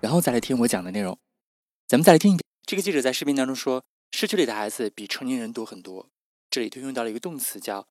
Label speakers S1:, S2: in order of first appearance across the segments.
S1: 然后再来听我讲的内容。咱们再来听一遍。这个记者在视频当中说，市区里的孩子比成年人多很多。这里就用到了一个动词叫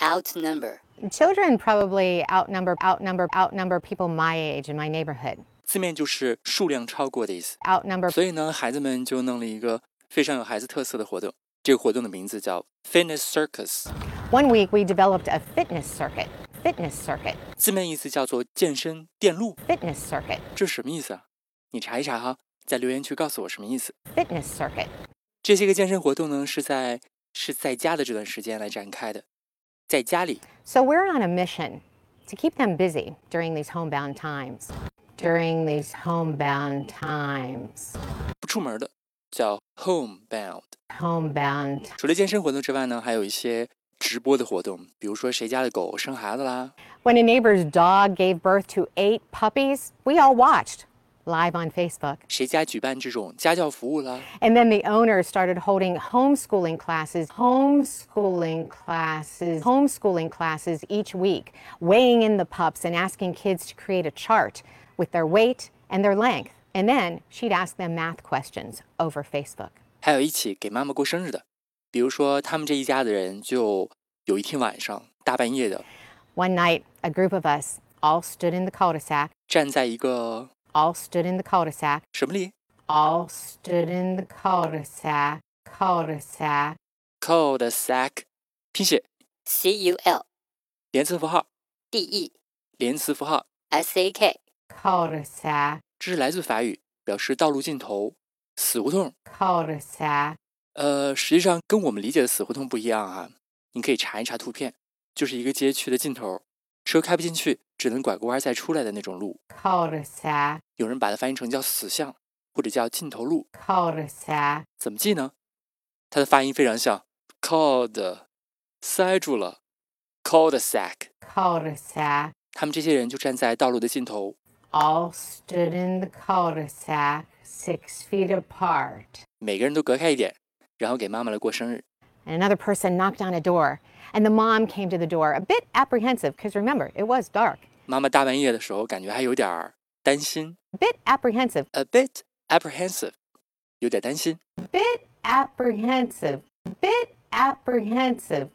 S2: outnumber.
S3: Children probably outnumber outnumber outnumber people my age in my neighborhood.
S1: 字面就是数量超过的意思。
S3: Outnumber
S1: 所以呢，孩子们就弄了一个非常有孩子特色的活动。这个活动的名字叫 Fitness Circus，
S3: one week we developed a fitness circuit. Fitness circuit.
S1: 字面意思叫做健身电路。
S3: Fitness circuit.
S1: 这是什么意思啊？你查一查哈，在留言区告诉我什么意思。
S3: Fitness circuit.
S1: 这些个健身活动呢，是在是在家的这段时间来展开的，在家里
S3: So we're on a mission to keep them busy during these homebound times. During these homebound times.
S1: 不出门的叫 homebound。
S3: Homebound.
S1: 除了健身活动之外呢，还有一些直播的活动，比如说谁家的狗生孩子啦，
S3: When a neighbor's dog gave birth to eight puppies, we all watched live on Facebook.
S1: 谁家举办这种家教服务啦。
S3: And then the owners started holding homeschooling classes, homeschooling classes, homeschooling classes each week, weighing in the pups and asking kids to create a chart with their weight and their length. And then she'd ask them math questions over Facebook.
S1: 还有一起给妈妈过生日的，比如说他们这一家的人就有一天晚上大半夜的
S3: One night, a group of us all stood in the cul de sac,
S1: 站在一个
S3: all stood in the cul de sac,
S1: 什么里
S3: all stood in the cul de sac, cul de sac,
S1: c o l d sac，拼写
S2: C U L
S1: 连词符号
S2: D E
S1: 连词符号，
S2: S A K
S3: cul de sac,
S1: 这是来自法语，表示道路尽头、死胡同。
S3: cul de sac.
S1: 呃，实际上跟我们理解的死胡同不一样啊。你可以查一查图片，就是一个街区的尽头，车开不进去，只能拐个弯再出来的那种路。
S3: cul-de-sac,
S1: 有人把它翻译成叫死巷，或者叫尽头路。
S3: cul-de-sac,
S1: 怎么记呢？它的发音非常像 cold，塞住了 cold sack。
S3: cul-de-sac.
S1: 他们这些人就站在道路的尽头，
S3: All stood in the cul-de-sac, six feet apart.
S1: 每个人都隔开一点，然后给妈妈来过生日。
S3: And another person knocked on a door, and the mom came to the door, a bit apprehensive, because remember, it was dark.
S1: 妈妈大半夜的时候，感觉还有点儿担心
S3: A bit apprehensive,
S1: ，a bit apprehensive，有点担心。
S3: a bit apprehensive, a bit apprehensive.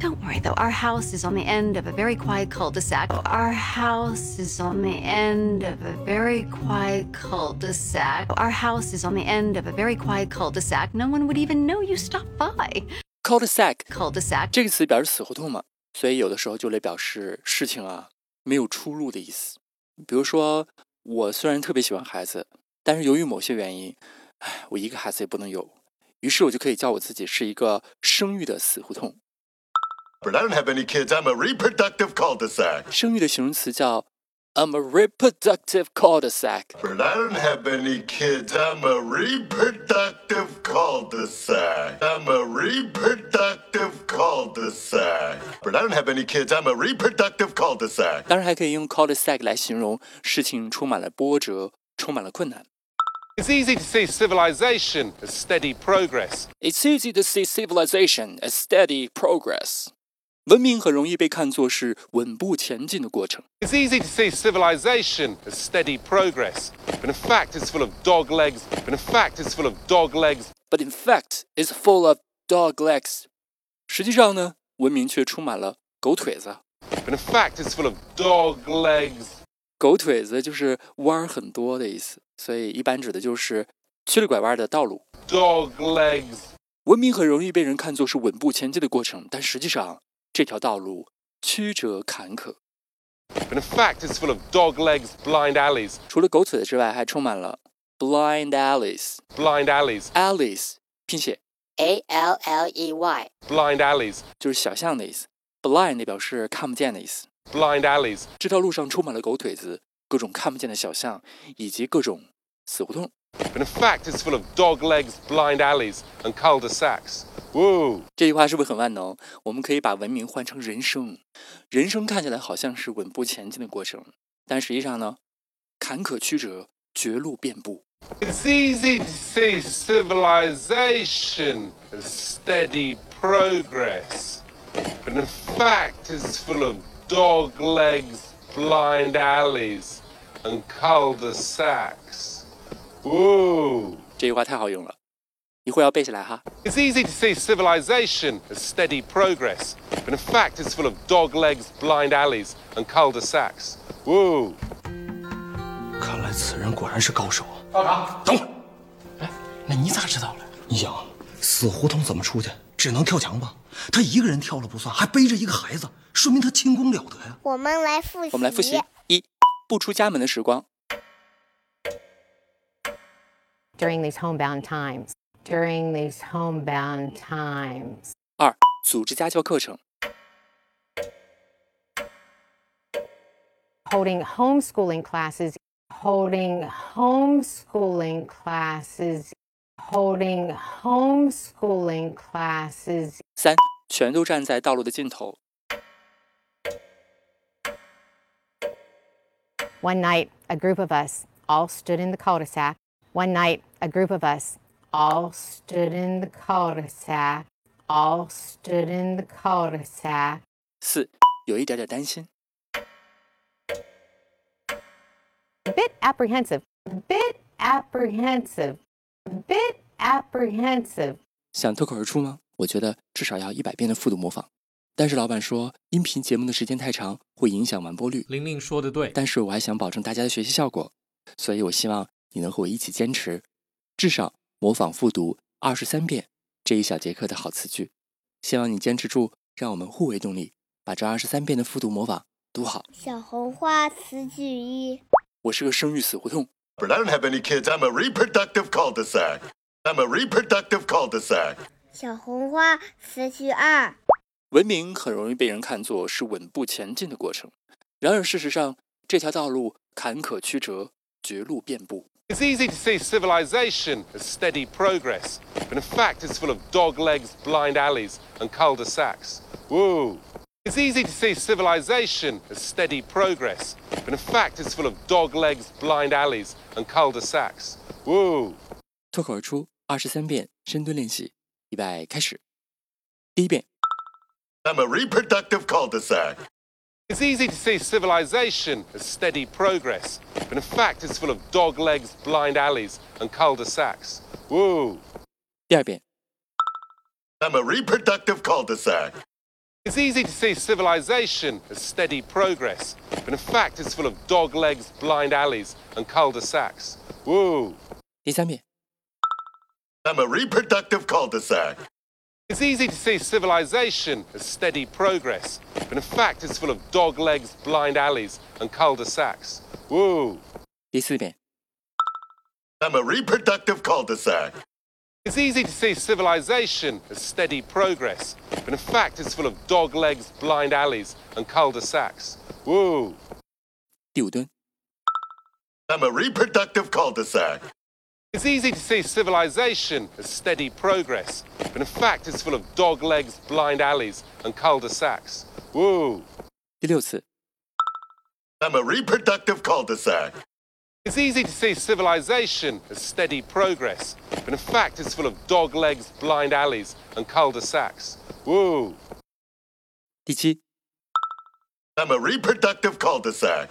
S4: Don't worry though, our house is on the end of a very quiet cul de sac. Our house is on the end of a very quiet cul de sac. Our house is on the end of a very quiet cul de sac. No one would even know you stopped by.
S1: cold sack
S4: Cul de sac.
S1: 这个词表示死胡同嘛，所以有的时候就来表示事情啊没有出路的意思。比如说，我虽然特别喜欢孩子，但是由于某些原因，哎，我一个孩子也不能有，于是我就可以叫我自己是一个生育的死胡同。
S5: But I don't have any kids. I'm a reproductive cul-de-sac.
S1: 生育的形容词叫 I'm a reproductive cul-de-sac。
S5: But I don't have any kids. I'm a reproductive cul-de-sac. I'm a reproductive cul-de-sac. But I don't have any kids. I'm a reproductive cul-de-sac.
S1: 当然还可以用 cul-de-sac 来形容事情充满了波折，充满了困难。
S6: It's easy to see civilization as steady progress.
S1: It's easy to see civilization as steady progress。文明很容易被看作是稳步前进的过程。
S6: It's easy to see civilization as steady progress. But in fact, it's full of dog legs. But in fact, it's full of dog legs.
S1: but in fact is full of dog legs。实际上呢，文明却充满了狗腿子。
S6: But in fact, it's full of dog legs.
S1: 狗腿子就是弯儿很多的意思，所以一般指的就是曲里拐弯的道路。
S6: Dog legs.
S1: 文明很容易被人看作是稳步前进的过程，但实际上这条道路曲折坎坷。
S6: But in fact, it's full of dog legs, blind alleys.
S1: 除了狗腿子之外，还充满了 blind alleys。
S6: Blind alleys.
S1: alleys 拼写
S2: A L L E Y
S6: Blind alleys.
S1: 就是小巷的意思，blind 表示看不见的意思。
S6: Blind alleys.
S1: 这条路上充满了狗腿子、各种看不见的小巷以及各种死胡同。
S6: but in fact it's full of dog legs, blind alleys, and cul-de-sacs. Woo!
S1: 这句话是不是很万能？我们可以把文明换成人生，人生看起来好像是稳步前进的过程，但实际上呢，坎坷曲折，绝路遍布。
S6: It's easy to see civilization as steady progress, but in fact it's full of dog legs, blind alleys, and cul-de-sacs. Woo!
S1: 这句话太好用了，一会儿要背下来哈。
S6: It's easy to see civilization as steady progress, but in fact it's full of dog legs, blind alleys, and cul-de-sacs. Woo!
S7: 看来此人果然是高手。
S8: 等会儿，哎，那你咋知道了？
S7: 你想，啊死胡同怎么出去？只能跳墙吧？他一个人跳了不算，还背着一个孩子，说明他轻功了得呀。
S9: 我们来复习。
S1: 我们来复习：一、不出家门的时光；
S3: during these homebound times. During these homebound times.
S1: 二、组织家教课程；
S3: Holding homeschooling classes. Holding homeschooling classes. Holding homeschooling classes.
S1: 三、全都站在道路的尽头；
S3: One night, a group of us all stood in the cul de sac. One night, a group of us all stood in the cul de sac. All stood in the cul de sac.
S1: 四、有一点点担心；
S3: A bit apprehensive. A bit apprehensive. A bit apprehensive.
S1: 想脱口而出吗？我觉得至少要一百遍的复读模仿。但是老板说，音频节目的时间太长，会影响完播率。
S8: 玲玲说的对，
S1: 但是我还想保证大家的学习效果，所以我希望你能和我一起坚持，至少模仿复读二十三遍这一小节课的好词句。希望你坚持住，让我们互为动力，把这二十三遍的复读模仿读好。
S9: 小红花词句一，
S1: 我是个生育死胡同，
S5: But I don't have any kids. I'm a reproductive cul-de-sac. I'm a reproductive cul-de-sac.
S9: 小红花词句二，
S1: 文明很容易被人看作是稳步前进的过程，然而事实上，这条道路坎坷曲折，绝路遍布。
S6: It's easy to see civilization as steady progress, but in fact it's full of dog legs, blind alleys, and cul-de-sacs. Woo! It's easy to see civilization as steady progress, but in fact it's full of dog legs, blind alleys, and cul-de-sacs. Woo!
S1: 脱口而出二十三遍深蹲练习，预备开始。第一遍，
S5: I'm a reproductive cul-de-sac.
S6: It's easy to see civilization as steady progress, but in fact it's full of dog legs, blind alleys, and cul-de-sacs. Woo!
S1: 第二遍，
S5: I'm a reproductive cul-de-sac.
S6: It's easy to see civilization as steady progress, but in fact it's full of dog legs, blind alleys, and cul-de-sacs. Woo!
S1: 第三遍，
S5: I'm a reproductive cul-de-sac.
S6: It's easy to see civilization as steady progress, but in fact it's full of dog legs, blind alleys, and cul-de-sacs. Woo!
S1: 第四遍，
S5: I'm a reproductive cul-de-sac.
S6: It's easy to see civilization as steady progress, but in fact it's full of dog legs, blind alleys, and cul-de-sacs. Woo!
S1: 第五蹲，
S5: I'm a reproductive cul-de-sac.
S6: It's easy to see civilization as steady progress, but in fact it's full of dog legs, blind alleys, and cul-de-sacs. Woo!
S1: 第六次，
S5: I'm a reproductive cul-de-sac.
S6: It's easy to see civilization as steady progress, but in fact it's full of dog legs, blind alleys, and cul-de-sacs. Woo!
S1: 第七、
S5: I'm a reproductive cul-de-sac.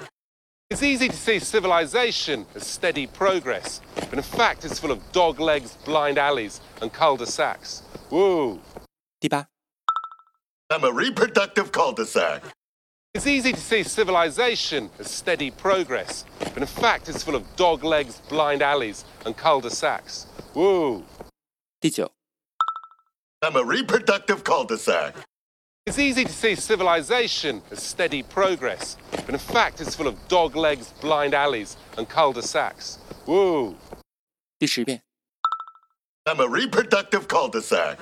S6: It's easy to see civilization as steady progress, but in fact it's full of dog legs, blind alleys, and cul-de-sacs. Woo!
S1: 第八、
S5: I'm a reproductive cul-de-sac.
S6: It's easy to see civilization as steady progress, but in fact it's full of dog legs, blind alleys, and cul-de-sacs. Woo!
S1: 第九、
S5: I'm a reproductive cul-de-sac.
S6: It's easy to see civilization as steady progress, but in fact it's full of dog legs, blind alleys, and cul-de-sacs. Woo!
S1: 第十遍、
S5: I'm a reproductive cul-de-sac.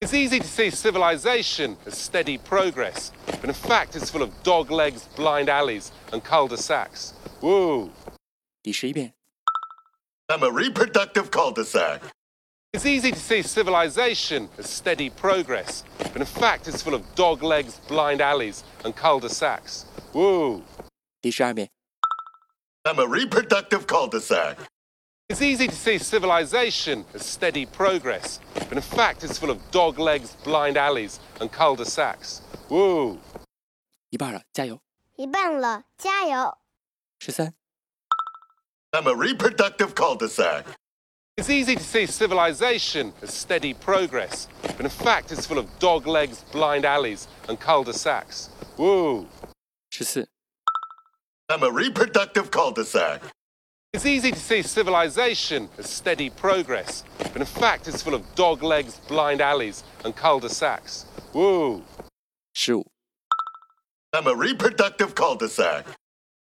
S6: It's easy to see civilization as steady progress, but in fact it's full of dog legs, blind alleys, and cul-de-sacs. Woo!
S1: 第十一遍、
S5: I'm a reproductive cul-de-sac.
S6: It's easy to see civilization as steady progress, but in fact, it's full of dog legs, blind alleys, and cul de sacs. Woo!
S1: 第十二遍，
S5: I'm a reproductive cul-de-sac.
S6: It's easy to see civilization as steady progress, but in fact, it's full of dog legs, blind alleys, and cul de sacs. Woo!
S1: 一半了，加油！
S9: 一半了，加油！
S1: 十三、
S5: I'm a reproductive cul-de-sac.
S6: It's easy to see civilization as steady progress, but in fact, it's full of dog legs, blind alleys, and cul de sacs. Woo!
S1: 十四、
S5: I'm a reproductive cul-de-sac.
S6: It's easy to see civilization as steady progress, but in fact, it's full of dog legs, blind alleys, and cul de sacs. Woo!
S1: 十五、
S5: I'm a reproductive cul-de-sac.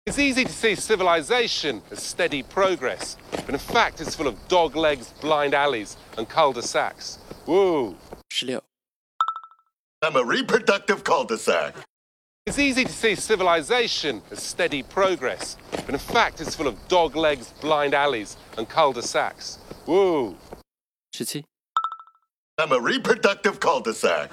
S6: It's easy to see civilization as steady progress, but in fact, it's full of dog legs, blind alleys, and cul de sacs. Woo!
S1: 十六、
S5: I'm a reproductive cul-de-sac.
S6: It's easy to see civilization as steady progress, but in fact, it's full of dog legs, blind alleys, and cul de sacs. Woo!
S1: 十七、
S5: I'm a reproductive cul-de-sac.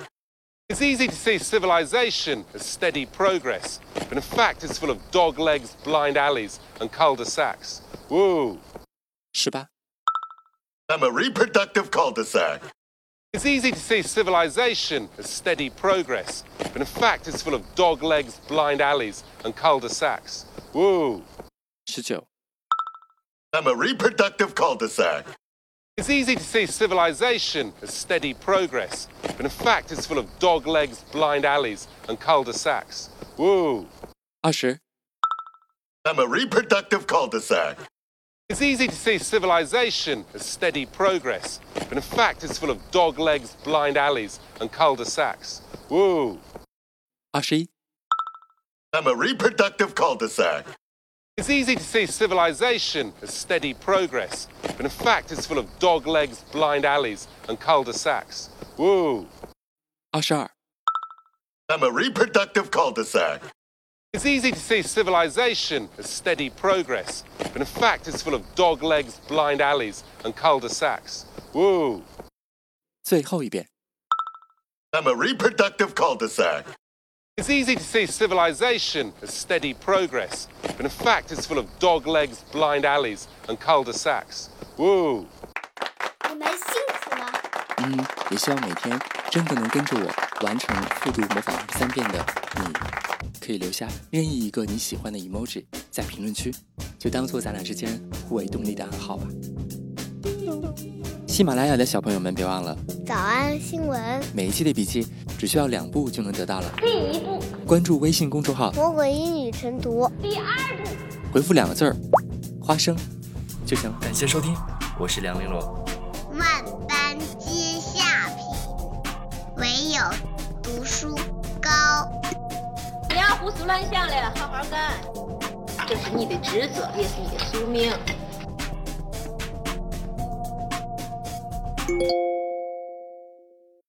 S6: It's easy to see civilization as steady progress, but in fact, it's full of dog legs, blind alleys, and cul de sacs. Woo!
S1: 十八、
S5: I'm a reproductive cul-de-sac.
S6: It's easy to see civilization as steady progress, but in fact, it's full of dog legs, blind alleys, and cul de sacs. Woo!
S1: 十九、
S5: I'm a reproductive cul-de-sac.
S6: It's easy to see civilization as steady progress, but in fact, it's full of dog legs, blind alleys, and cul de sacs. Woo!
S1: 二十、
S5: I'm a reproductive cul-de-sac.
S6: It's easy to see civilization as steady progress, but in fact, it's full of dog legs, blind alleys, and cul de sacs. Woo!
S1: 二十一、
S5: I'm a reproductive cul-de-sac.
S6: It's easy to see civilization as steady progress, but in fact, it's full of dog legs, blind alleys, and cul de sacs. Woo!
S1: 二十二、
S5: I'm a reproductive cul-de-sac.
S6: It's easy to see civilization as steady progress, but in fact, it's full of dog legs, blind alleys, and cul de sacs. Woo!
S1: 最后一遍，
S5: I'm a reproductive cul-de-sac.
S6: It's easy to see civilization as steady progress, but in fact, it's full of dog legs, blind alleys, and cul de sacs. Woo!
S9: 你们辛苦了。
S1: 嗯，也希望每天真的能跟着我完成复读模仿二十三遍的你，可以留下任意一个你喜欢的 emoji 在评论区，就当做咱俩之间互为动力的暗号吧。喜马拉雅的小朋友们，别忘了
S9: 早安新闻，
S1: 每一期的笔记只需要两步就能得到了。第一步，关注微信公众号，
S9: 魔鬼英语晨读。
S1: 回复两个字儿“花生”就行了。
S8: 感谢收听，我是梁玲珑。
S10: 万般皆下品，唯有读书高。
S11: 不要胡思乱想了，好好干。这是你的职责，也是你的宿命。